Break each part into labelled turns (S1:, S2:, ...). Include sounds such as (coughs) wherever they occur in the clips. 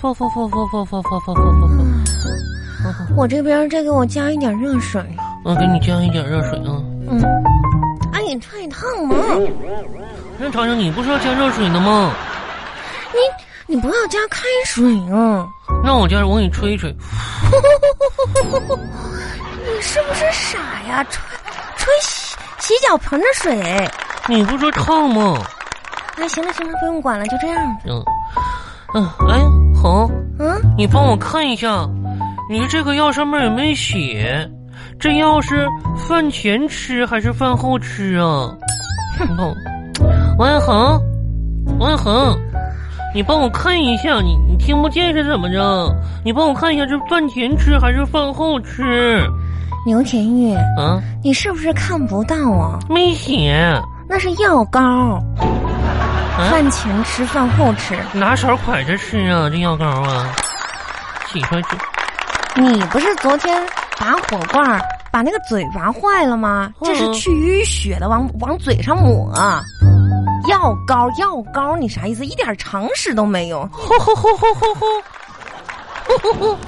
S1: 啵啵啵啵啵啵啵啵啵啵。
S2: 我这边再给我加一点热水。
S1: 我给你加一点热水啊。
S2: 嗯，哎，你太烫了，
S1: 那长长，你不是要加热水的吗？
S2: 你你不要加开水啊！ (laughs)
S1: 那我加，我给你吹一吹。
S2: 你是不是傻呀？吹吹洗洗脚盆的水。
S1: 你不是说烫吗？
S2: 哎，行了行了，不用管了，就这样吧。
S1: 嗯，嗯，哎，红，
S2: 嗯，
S1: 你帮我看一下，你这个药上面有没有写？这药是饭前吃还是饭后吃啊？你帮我，王恒，王恒，你帮我看一下，你你听不见是怎么着？你帮我看一下，是饭前吃还是饭后吃？
S2: 牛田玉，
S1: 啊，
S2: 你是不是看不到啊？
S1: 没写，
S2: 那是药膏，
S1: 啊，
S2: 饭前吃，饭后吃。
S1: 拿勺㧟着吃啊，这药膏啊，起出来吃。
S2: 你不是昨天拔火罐儿把那个嘴拔坏了吗？
S1: 嗯
S2: 这是去淤血的，往往嘴上抹。啊药膏，药膏，你啥意思？一点常识都没有。
S1: 吼吼吼吼吼吼！吼吼吼！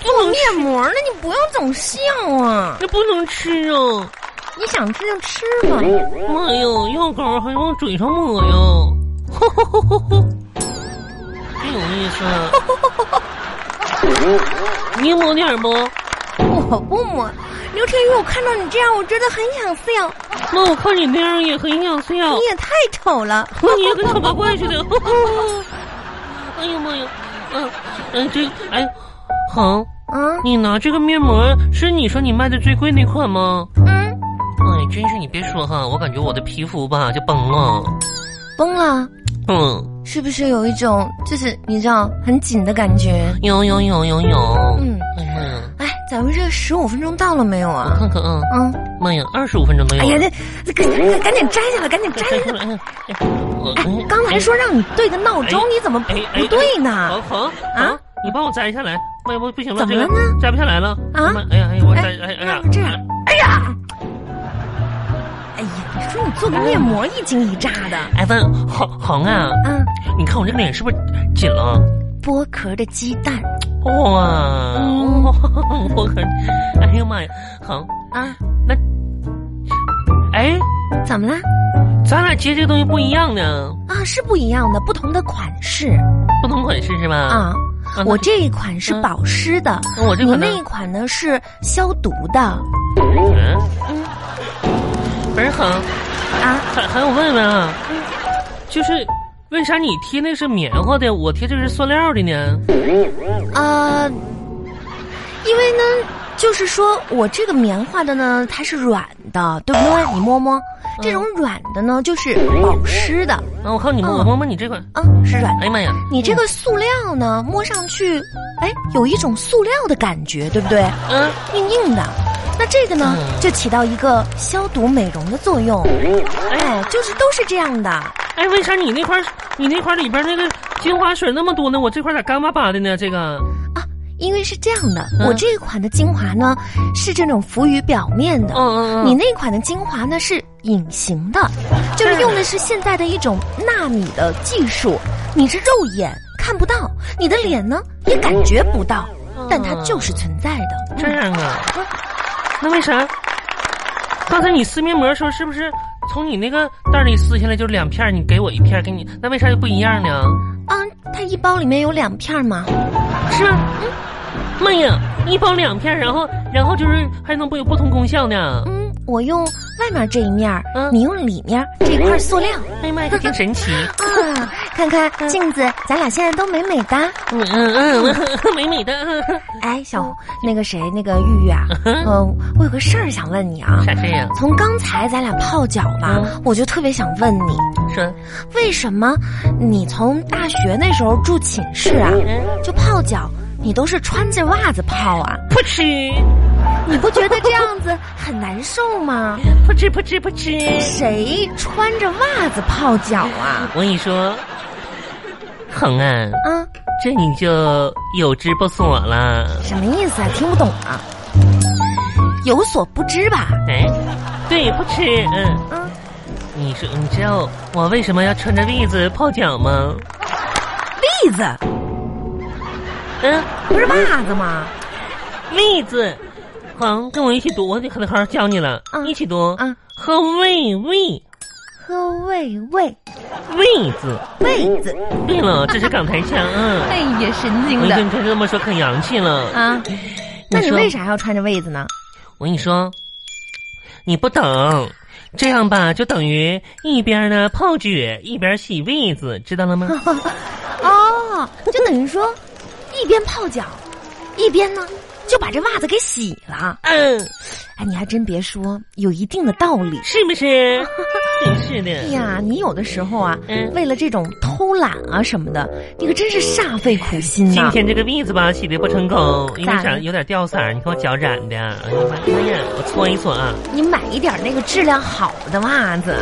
S2: 做面膜呢，你不要总笑啊！
S1: 这不能吃啊！
S2: 你想吃就吃吧。
S1: 妈呀，药膏还往嘴上抹呀！ (laughs) 吼吼吼吼吼！真有意思、啊。你抹点儿不？
S2: 我不抹。刘天宇，我看到你这样，我真的很想笑。
S1: 那我看你那样也很想笑，
S2: 你也太丑了。
S1: 你也跟丑八怪似的。 (laughs) 吼吼吼哎呀妈呀！嗯、嗯，这哎，恒，
S2: 啊，
S1: 你拿这个面膜是你说你卖的最贵那款吗？
S2: 嗯，
S1: 哎，真是你别说哈，我感觉我的皮肤吧就崩了。
S2: 崩了，
S1: 嗯，
S2: 是不是有一种就是你知道很紧的感觉？
S1: 有有有有有。
S2: 嗯，
S1: 哎呀妈呀，
S2: 哎，咱们这十五分钟到了没有
S1: 我
S2: 啊？
S1: 看看啊，
S2: 嗯，
S1: 妈呀，二十五分钟都有
S2: 哎
S1: 了。
S2: 呀，那赶赶赶紧摘下来，赶紧摘
S1: 哎
S2: 下来！
S1: 呀哎我
S2: 哎，刚才说让你对个闹钟
S1: 哎，
S2: 你怎么
S1: 哎哎
S2: 不对呢
S1: 好？好啊，你帮我摘下来。哎呀，不不行了，
S2: 怎么
S1: 这
S2: 了
S1: 个
S2: 呢
S1: 摘不下来了
S2: 啊
S1: 妈哎呀哎呀，我摘
S2: 哎
S1: 哎哎
S2: 那
S1: 呀
S2: 不，这样，哎呀，哎呀，你说你做个面膜一惊一乍的，
S1: 哎问恒恒啊，
S2: 啊，
S1: 你看我这个脸是不是紧了？啊
S2: 剥壳的鸡蛋
S1: 哇，
S2: 嗯
S1: (laughs) 我可，哎呀妈呀，恒，
S2: 啊，
S1: 哎，
S2: 怎么了？
S1: 咱俩接这个东西不一样呢，
S2: 啊，是不一样的，不同的款式
S1: 不同款式是吧？
S2: 啊。
S1: 那
S2: 我这一款是
S1: 嗯
S2: 保湿的，
S1: 那我这
S2: 你
S1: 款呢
S2: 那一款呢是消毒的
S1: 嗯，哎不是恒，
S2: 啊。
S1: 还还有问问啊，就是为啥你贴那是棉花的，我贴这是塑料的呢？
S2: 呃，因为呢，就是说我这个棉花的呢，它是软的，对不对？你摸
S1: 嗯
S2: 摸，这种软的呢，就是保湿的
S1: 啊，我看你摸，
S2: 嗯
S1: 我摸摸你这款，
S2: 啊，是软
S1: 哎
S2: 的。
S1: 呀妈呀，
S2: 你这个塑料呢，摸上去，哎，有一种塑料的感觉，对不对？
S1: 嗯，
S2: 硬硬的。那这个呢，
S1: 嗯
S2: 就起到一个消毒美容的作用。哎，就是都是这样的。啊
S1: 哎，为啥你那块儿你那块儿里边那个精华水那么多呢？我这块儿咋干巴巴的呢？这个
S2: 因为是这样的，
S1: 嗯
S2: 我这一款的精华呢是这种浮于表面的，
S1: 嗯嗯嗯
S2: 你那款的精华呢是隐
S1: (laughs)
S2: 形的，就是用的是现在的一种纳米的技术，你是肉眼看不到，你的脸呢也感觉不到，
S1: 嗯
S2: 但它就是存在的。
S1: 这样啊，那为啥？刚才你撕面膜的时候，是不是从你那个袋里撕下来就是两片儿，你给我一片儿，给你，那为啥就不一样呢？
S2: 啊，它一包里面有两片嘛，
S1: 是吧？妈呀，一包两片，然后然后就是还能不有不同功效呢？
S2: 嗯，我用外面这一面儿，
S1: 嗯
S2: 你用里面儿这一块塑料。
S1: 哎呀妈呀，这挺神奇！
S2: 啊，看看镜子，咱俩现在都美美哒。
S1: 嗯嗯嗯，美美的。
S2: 哎，小红那个谁，那个玉玉啊，嗯、我有个事儿想问你啊。
S1: 啥事呀？
S2: 从刚才咱俩泡脚吧，
S1: 嗯
S2: 我就特别想问你，
S1: 说，
S2: 为什么你从大学那时候住寝室啊，
S1: 嗯，
S2: 就泡脚，你都是穿着袜子泡啊？
S1: 不吃，
S2: 你不觉得这样子很难受吗？
S1: 不吃，不吃，不吃。
S2: 谁穿着袜子泡脚啊？
S1: 我跟你说，恒啊，
S2: 啊，
S1: 这你就有之不所了。
S2: 什么意思啊？听不懂啊？有所不知吧？
S1: 哎，对，不吃。嗯，
S2: 啊，
S1: 你说，你知道我为什么要穿着袜子泡脚吗？
S2: 栗子，
S1: 嗯，
S2: 不是袜子吗？
S1: 妹子，好，跟我一起读，我可能好好教你了，
S2: 嗯
S1: 一起读。
S2: 嗯，
S1: 喝喂喂
S2: 喝喂喂
S1: 喂字。
S2: 喂子，
S1: 对了，这是港台腔啊。
S2: 哎呀，神
S1: 我
S2: 经
S1: 跟
S2: 的
S1: 你说这么说可洋气了。
S2: 啊！那你
S1: 说
S2: 为啥要穿着位子呢？
S1: 我跟你说，你不懂。这样吧，就等于一边呢泡脚，一边洗胃子，知道了
S2: (laughs)
S1: 吗？
S2: 哦，就等于说，一边泡脚，一边呢就把这袜子给洗了。
S1: 嗯，
S2: 哎，你还真别说，有一定的道理。
S1: 是不是？真是
S2: 哎
S1: 的。
S2: 呀，你有的时候啊，
S1: 嗯
S2: 为了这种偷懒啊什么的，你可真是煞费苦心
S1: 今
S2: 呐、
S1: 天这个篦子吧，洗的不成功，因为
S2: 咋
S1: 啥
S2: 了
S1: 有点掉色儿，你看我脚染的。哎呀妈呀，我搓一搓啊。
S2: 你买一点那个质量好的袜子，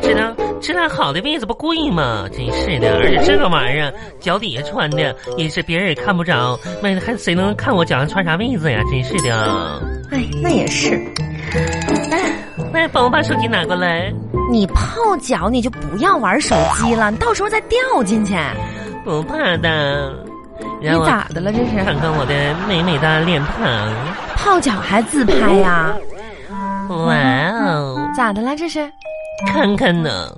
S1: 质量质量好的位子不贵嘛，真是的。而且这个玩意儿脚底下穿的也是别人也看不着，那还谁能看我脚上穿啥位子呀？真是的。
S2: 哎，那也是。哎
S1: 那帮我把手机拿过来。
S2: 你泡脚你就不要玩手机了，你到时候再掉进去。
S1: 不怕的，
S2: 你
S1: 让我
S2: 咋的了？这是
S1: 看看我的美美的脸庞。
S2: 泡脚还自拍呀、
S1: 哇哦，
S2: 咋的了？这是
S1: 看看呢，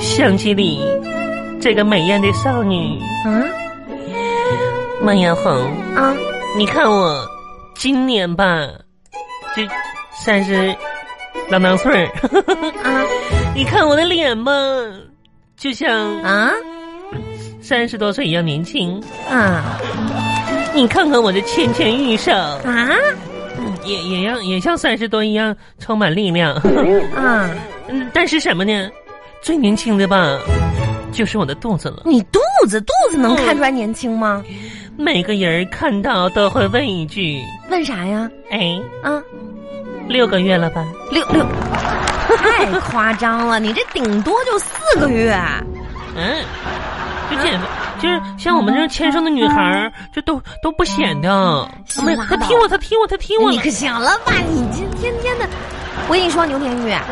S1: 相机里这个美艳的少女
S2: 嗯
S1: 孟艳红，
S2: 啊，
S1: 你看我今年吧，就三十郎当岁儿， (laughs)
S2: 啊
S1: 你看我的脸吧，就像
S2: 啊
S1: 三十多岁一样年轻。
S2: 啊
S1: 你看看我的纤纤玉手。
S2: 啊
S1: 也也像也像三十多一样充满力量，
S2: 啊！
S1: 嗯，但是什么呢？最年轻的吧，就是我的肚子了。
S2: 你肚子肚子能看出来年轻吗？
S1: 每个人看到都会问一句
S2: 问啥呀？：“
S1: 哎，
S2: 啊，
S1: 六个月了吧
S2: 六六，太夸张了！你这顶多就四个月。？”
S1: 嗯，就减肥，就是像我们这种纤瘦的女孩儿，就都都不显得。
S2: 是
S1: 没有，
S2: 拉
S1: 她
S2: 倒
S1: 踢我，她踢我，她踢我
S2: 哎你
S1: 了。
S2: 可行了吧？你这天天的，我跟你说，牛天宇，
S1: 啊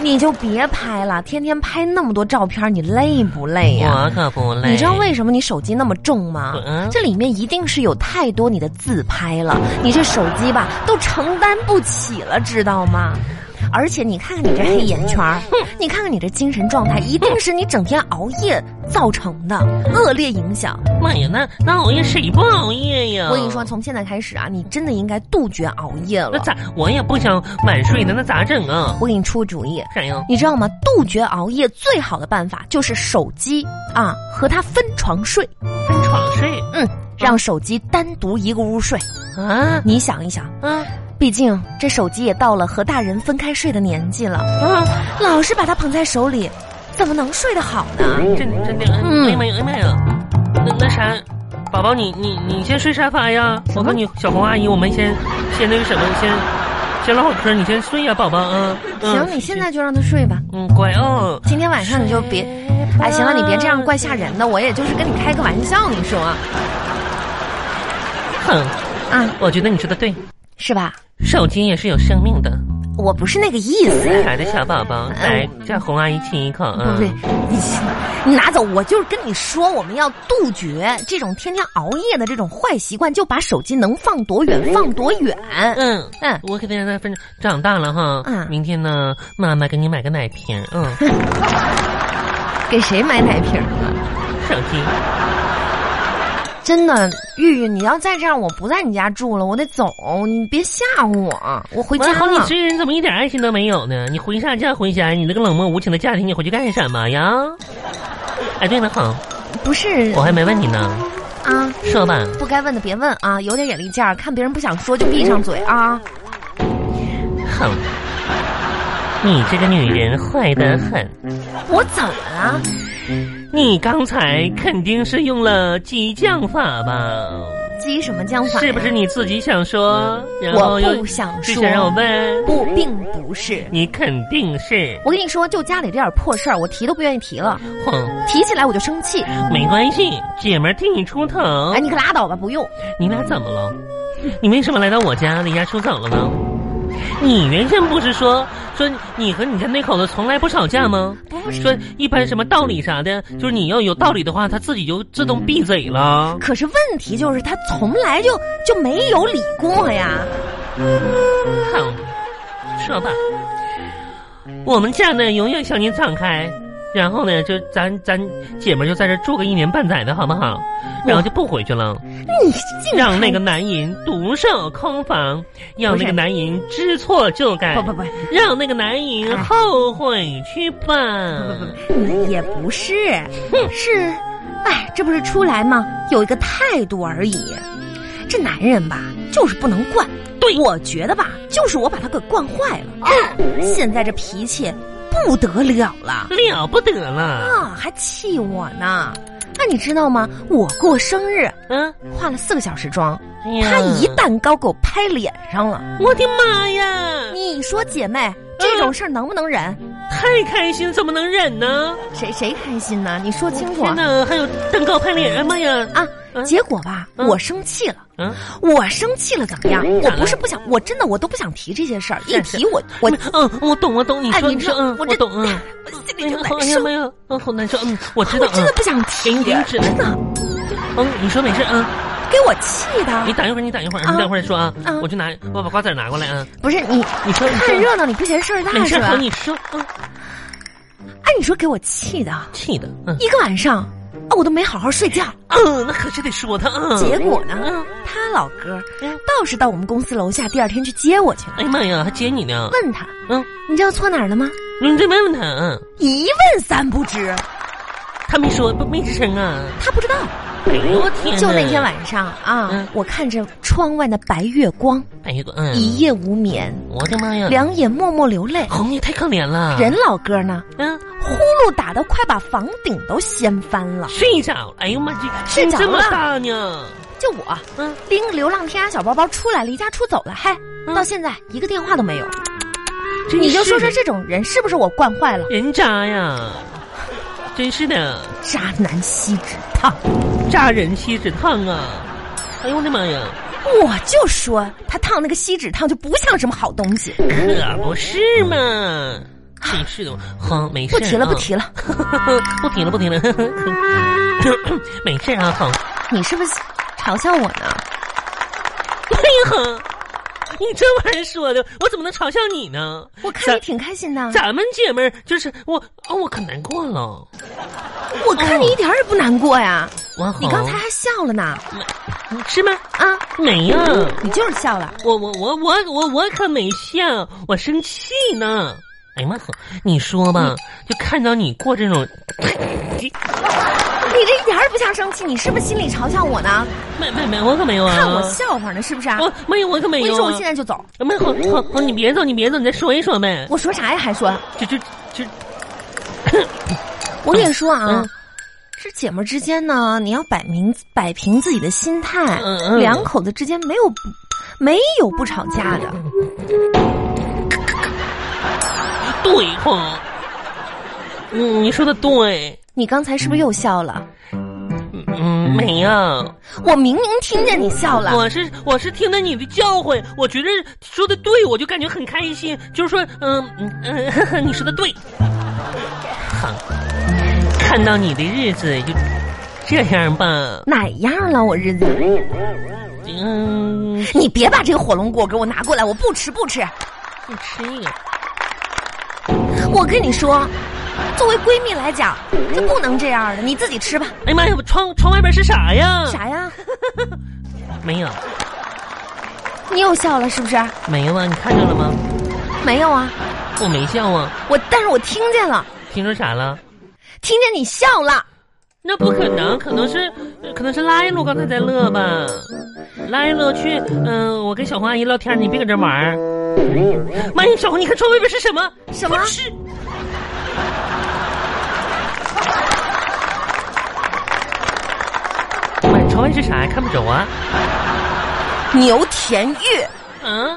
S2: 你就别拍了，天天拍那么多照片，你累不累呀、
S1: 我可不累。
S2: 你知道为什么你手机那么重吗？
S1: 嗯
S2: 这里面一定是有太多你的自拍了，你这手机吧都承担不起了，知道吗？而且你看看你这黑眼圈儿，你看看你这精神状态，一定是你整天熬夜造成的恶劣影响。
S1: 妈呀，那那熬夜谁不熬夜呀？
S2: 我跟你说，，从现在开始啊，你真的应该杜绝熬夜
S1: 那
S2: 了。
S1: 咋？我也不想晚睡呢，那咋整啊？哎
S2: 我给你出个主意，
S1: 啥呀？
S2: 你知道吗？杜绝熬夜最好的办法就是手机啊和它分床睡，
S1: 分床睡
S2: 嗯，让手机单独一个屋睡。
S1: 啊
S2: 你想一想，
S1: 啊
S2: 毕竟这手机也到了和大人分开睡的年纪了，
S1: 啊！
S2: 老是把它捧在手里，怎么能睡得好呢？
S1: 啊真真的，哎呀妈呀，哎呀妈呀！那那啥，宝宝你你你先睡沙发呀，我和你小红阿姨我们先先那个什么先先唠会儿嗑，你先睡呀，宝宝啊。嗯
S2: 行，你现在就让他睡吧。
S1: 嗯乖哦。
S2: 今天晚上你就别，哎，行了，你别这样怪吓人的，我也就是跟你开个玩笑，你说
S1: 哼，
S2: 啊，
S1: 我觉得你说的对，
S2: 是吧？
S1: 手机也是有生命的。
S2: 我不是那个意思，
S1: 可爱的小宝宝，来叫红阿姨亲一口
S2: 不
S1: 啊
S2: 是。你，你拿走，我就是跟你说，我们要杜绝这种天天熬夜的这种坏习惯，就把手机能放多远放多远。
S1: 嗯。
S2: 嗯，
S1: 我给大家分长大了哈，
S2: 嗯
S1: 明天呢，妈妈给你买个奶瓶，
S2: (laughs)
S1: 嗯，
S2: 给谁买奶瓶啊？
S1: 手机，
S2: 真的，玉玉，你要再这样，我不在你家住了，我得走。你别吓唬我，我回家
S1: 妈，好，你
S2: 了。
S1: 这个人怎么一点爱心都没有呢？你回啥家回家？你那个冷漠无情的家庭，你回去干什么呀？哎，对了，好，
S2: 不是
S1: 我还没问你呢，
S2: 啊，
S1: 说吧，
S2: 不该问的别问啊，有点眼力劲儿，看别人不想说就闭上嘴啊。
S1: 哼，你这个女人坏得很，
S2: 我怎么了？
S1: 你刚才肯定是用了激将法吧？
S2: 激什么将法呀？
S1: 是不是你自己想说，然后
S2: 哎我
S1: 又
S2: 不想
S1: 是
S2: 说
S1: 想，让我问？
S2: 不，并不是。
S1: 你肯定是，
S2: 我跟你说，就家里这点破事儿，我提都不愿意提了，
S1: 哼，
S2: 提起来我就生气。
S1: 没关系，姐们儿替你出头
S2: 哎，。你可拉倒吧，不用。
S1: 你俩怎么了？你为什么来到我家，离家出走了呢？你原先不是说说你和你家那口子从来不吵架吗？
S2: 不是
S1: 说一般什么道理啥的，就是你要有道理的话，他自己就自动闭嘴了。
S2: 可是问题就是他从来就就没有理过呀。
S1: 哼，说吧，我们家呢永远向你敞开，然后呢，就咱咱姐们儿就在这住个一年半载的好不好？然后就不回去了，
S2: 你竟然
S1: 让那个男人独守空房，让
S2: 不是
S1: 那个男人知错就改，
S2: 不不不
S1: 让那个男人
S2: 啊
S1: 后悔去吧。
S2: 你也不是，是，哎，这不是出来吗？有一个态度而已。这男人吧，就是不能惯。
S1: 对
S2: 我觉得吧，就是我把他给惯坏了。现在这脾气不得了了
S1: 了不
S2: (laughs)
S1: 得了，
S2: 啊，还气我呢。那你知道吗？我过生日
S1: 嗯，
S2: 化了四个小时妆，
S1: 哎呀
S2: 他一蛋糕给我拍脸上了。
S1: 我的妈呀！
S2: 你说姐妹，这种事儿能不能忍？
S1: 太开心怎么能忍呢？
S2: 谁谁开心呢？你说清楚
S1: 天哪，还有蛋糕拍脸，哎妈呀！
S2: 啊！
S1: 嗯
S2: 结果吧，
S1: 嗯
S2: 我生气了。
S1: 啊，
S2: 我生气了怎么样？
S1: 咋
S2: 我
S1: 了
S2: 不是不想，我真的我都不想提这些事儿，一
S1: 是
S2: 提我我
S1: 嗯，我懂，我懂，你
S2: 哎，
S1: 说，
S2: 你
S1: 你
S2: 知道
S1: 说，嗯，
S2: 我
S1: 我
S2: 这
S1: 懂，嗯，
S2: 我心
S1: 哎
S2: 里就
S1: 呀，
S2: 难
S1: 哎呀
S2: 受
S1: 妈，呀，嗯，好难受，嗯，我知道
S2: 我，真的
S1: 嗯，
S2: 不想提，
S1: 给你点纸
S2: 真的
S1: 嗯，你说没事，嗯，
S2: 给我气
S1: 你
S2: 的。
S1: 等一会儿，你等一会儿，
S2: 啊
S1: 你等一会儿再说啊
S2: 啊，
S1: 我去拿，我把瓜子儿拿过来啊，
S2: 不是你
S1: 你说，你
S2: 看
S1: 说，
S2: 热闹你不嫌事儿大
S1: 没
S2: 是
S1: 事，
S2: 吧
S1: 好，？你说，嗯，
S2: 哎，你说给我气的，
S1: 气的，嗯，
S2: 一个晚上啊我都没好好睡觉。
S1: 嗯，那可是得说他，嗯，
S2: 啊结果呢
S1: 嗯，
S2: 他老哥
S1: 嗯
S2: 倒是到我们公司楼下，第二天去接我去了。
S1: 哎呀妈呀，还接你呢，
S2: 问他，
S1: 嗯，
S2: 你知道错哪儿了吗？
S1: 你再问问他，嗯，
S2: 一问三不知，
S1: 他没说，不没吱声啊，
S2: 他不知道。
S1: 哎呦我天哪，
S2: 哦就那天晚上啊，
S1: 嗯
S2: 我看着窗外的白月光，
S1: 哎呦，嗯，
S2: 一夜无眠，
S1: 我的妈呀，
S2: 两眼默默流泪。
S1: 红也太可怜了，
S2: 人老哥呢，
S1: 嗯。
S2: 呼噜打的快把房顶都掀翻了。
S1: 睡着了，哎呦妈，这
S2: 睡
S1: 心
S2: 着
S1: 这么
S2: 了
S1: 大呢？
S2: 就我
S1: 嗯，
S2: 拎个流浪天涯小包包出来，离家出走了，嗨，
S1: 嗯
S2: 到现在一个电话都没有。
S1: 真
S2: 你就是说说
S1: 的
S2: 这种人是不是我惯坏了？
S1: 人渣呀，真是的，
S2: 渣男锡纸烫，
S1: 渣人锡纸烫啊！哎呦我的妈呀，
S2: 我就说他烫那个锡纸烫就不像什么好东西。
S1: 可不是嘛！真是的，好，没事、
S2: 不
S1: 啊，
S2: 提了，不提了，
S1: 了， (coughs) 不提了，不提了，没事啊，好，
S2: 你是不是嘲笑我呢？
S1: 哎呀，你这玩意儿说的，我怎么能嘲笑你呢？
S2: 我看你
S1: 咱
S2: 挺开心的，
S1: 咱们姐妹儿就是我，哦，我可难过了，
S2: 我看你一点儿也不难过呀，
S1: 王
S2: 你刚才还笑了呢
S1: 好是吗？
S2: 啊！
S1: 没呀、
S2: 你就是笑了，
S1: 我我我我我我可没笑，我生气呢。哎呀妈，你说吧，就看到你过这种，
S2: 你这一点儿也不像生气，你是不是心里嘲笑我呢？
S1: 没没没，我可没有啊。
S2: 看我笑话呢，是不是啊？
S1: 我没有，我可没
S2: 我
S1: 有、
S2: 跟你
S1: 啊。
S2: 说，我现在就走。
S1: 在没好好好，你别走，你别走，你再说一说呗。
S2: 我说啥呀？还说？
S1: 就就就，
S2: 我跟你说啊
S1: 嗯，
S2: 这姐们儿之间呢，你要摆明摆平自己的心态
S1: 嗯，嗯
S2: 两口子之间没有不没有不吵架的。
S1: 对哈。嗯，你说的对。
S2: 你刚才是不是又笑了？
S1: 嗯，没呀、
S2: 我明明听见你笑了。
S1: 我是我是听了你的教诲，我觉得说的对，我就感觉很开心。就是说，嗯嗯嗯呵呵，你说的对。好，看到你的日子就这样吧。
S2: 哪样了？我日子，
S1: 嗯，
S2: 你别把这个火龙果给我拿过来，我不吃不吃。
S1: 你吃一个。
S2: 我跟你说，作为闺蜜来讲，这不能这样的，你自己吃吧。
S1: 哎呀妈呀，我窗窗外边是啥呀？？
S2: 啥呀？
S1: 没有，
S2: 你又笑了是不是？
S1: 没有啊！你看见了吗？
S2: 没有啊，
S1: 我没笑啊，
S2: 我但是我听见了，
S1: 听说啥了？
S2: 听见你笑了。
S1: 那不可能，可能是可能是赖露刚才在乐吧。赖露去，嗯、我跟小红阿姨聊天，你别搁这玩儿。妈呀，小红，你看窗外边是什么？
S2: 什么
S1: 不是，妈呀，窗外是啥呀？看不着啊。
S2: 牛田玉，
S1: 嗯，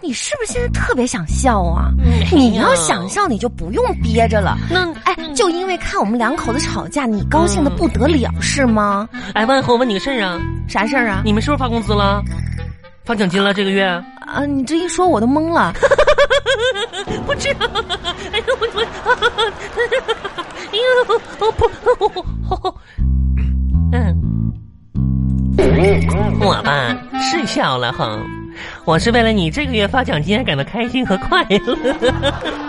S2: 你是不是现在特别想笑啊？
S1: 没有嗯
S2: 你要想笑，你就不用憋着了。
S1: 那
S2: 哎，就因为看我们两口子吵架，你高兴
S1: 嗯
S2: 的不得了是吗？
S1: 哎，万红，我问你个事儿啊，
S2: 啥事儿啊？
S1: 你们是不是发工资了？发奖金了这个月？
S2: 啊，你这一说我都懵了。
S1: 不知道，哎呦我我，哎呦我不，嗯，我吧是笑了哈，我是为了你这个月发奖金而感到开心和快乐。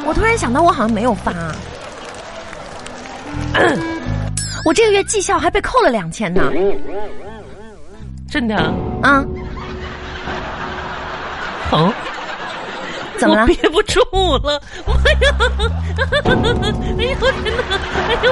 S2: 我突然想到，我好像没有发。我这个月绩效还被扣了两千呢。
S1: 真的，
S2: 啊，
S1: 疼、
S2: 怎么
S1: 我
S2: 了？
S1: 憋不住了，妈呀！哎呦我天哪！哎呦我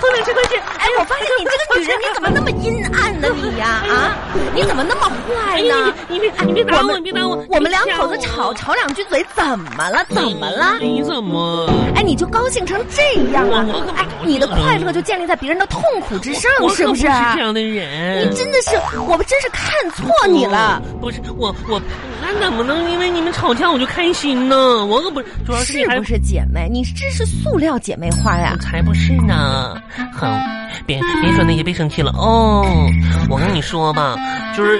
S1: 扣两千块钱！
S2: 哎，我发现你这个女人，你怎么那么阴暗呢？你呀啊你怎么那么坏
S1: 哎
S2: 呢？
S1: 呀，你别你别你别打我！你别打我！
S2: 我们两
S1: 你吓
S2: 口子
S1: 我
S2: 吵吵两句嘴，怎么了？怎么了？
S1: 你怎么？
S2: 哎，你就高兴成这样了
S1: 我我可？
S2: 哎，你的快乐就建立在别人的痛苦之上，
S1: 我可
S2: 是
S1: 不
S2: 是？
S1: 这样的人。
S2: 你真的是，我们真是看错你了。
S1: 嗯不是我我那怎么能因为你们吵架我就开心呢？我可不是，主要是你
S2: 是
S1: 还
S2: 不是啊姐妹？你这是塑料姐妹花呀
S1: 我！才不是呢！好，别别说那些，别生气了哦。我跟你说吧，就是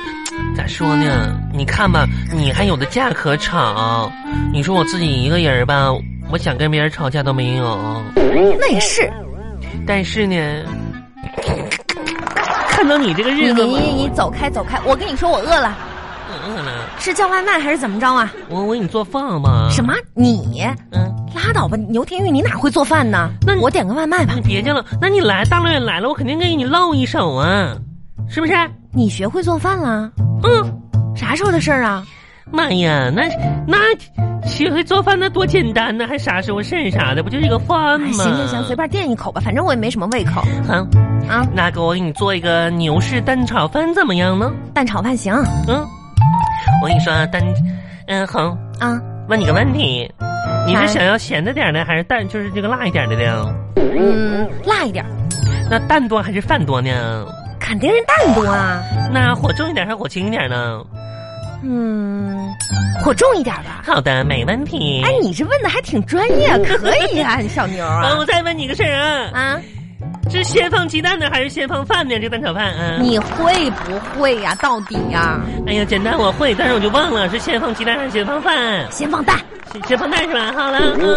S1: 咋说呢？你看吧，你还有的架可吵。你说我自己一个人吧，我想跟别人吵架都没有。
S2: 那也是，
S1: 但是呢， (laughs) 看到你这个
S2: 你
S1: 日子吧，
S2: 你你走开走开！我跟你说，我饿了，
S1: 我饿了，
S2: 是叫外卖还是怎么着啊？
S1: 我我给你做饭吧。
S2: 什？么？你
S1: 嗯，
S2: 拉倒吧！牛田玉，你哪会做饭呢？
S1: 那你
S2: 我点个外卖吧
S1: 那。你别介了，那你来大老远来了，我肯定给你露一手啊，是不是？
S2: 你学会做饭了？
S1: 嗯。
S2: 啥时候的事儿啊？
S1: 妈呀，那那学会做饭那多简单呢，还啥时候剩啥的，不就是一个饭
S2: 哎，
S1: 吗？
S2: 行行行，随便垫一口吧，反正我也没什么胃口
S1: 好，
S2: 啊。
S1: 那给我给你做一个牛式蛋炒饭怎么样呢？
S2: 蛋炒饭行
S1: 嗯，我跟你说啊，蛋，嗯，好，
S2: 啊，
S1: 问你个问题，你
S2: 啥
S1: 是
S2: 呀
S1: 想要咸的点儿的，还是蛋就是这个辣一点儿的呢？
S2: 嗯，辣一点儿，
S1: 那蛋多还是饭多呢？
S2: 肯定是蛋多啊。
S1: 那火重一点儿还是火轻一点儿呢？
S2: 嗯，火重一点吧。
S1: 好的，没问题。
S2: 哎，你这问的还挺专业，
S1: (laughs)
S2: 可以啊，你小牛
S1: 啊，
S2: 啊
S1: 我再问你个事儿啊，
S2: 啊！
S1: 是先放鸡蛋呢，还是先放饭呢？这个蛋炒饭啊？
S2: 你会不会呀、到底呀、
S1: 哎呀，简单我会，但是我就忘了是先放鸡蛋还是先放饭，
S2: 先放蛋，
S1: 先先放蛋是吧？好了， (laughs) 嗯，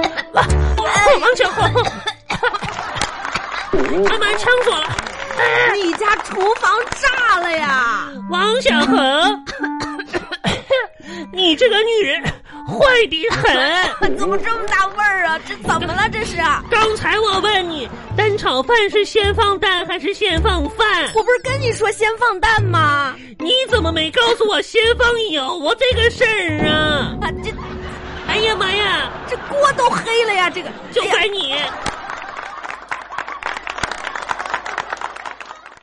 S1: 王小 (laughs) 红，妈妈呛死我了！
S2: 你家厨房炸了呀！
S1: 王小红，你这个女人坏的很。
S2: 怎么这么大味儿啊？这怎么了？这是？
S1: 刚才我问你，蛋炒饭是先放蛋还是先放饭？
S2: 我不是跟你说先放蛋吗？
S1: 你怎么没告诉我先放油啊这个事儿啊？
S2: 啊，这
S1: 哎呀妈呀，
S2: 这锅都黑了呀！这个，
S1: 就
S2: 哎呀
S1: 怪你！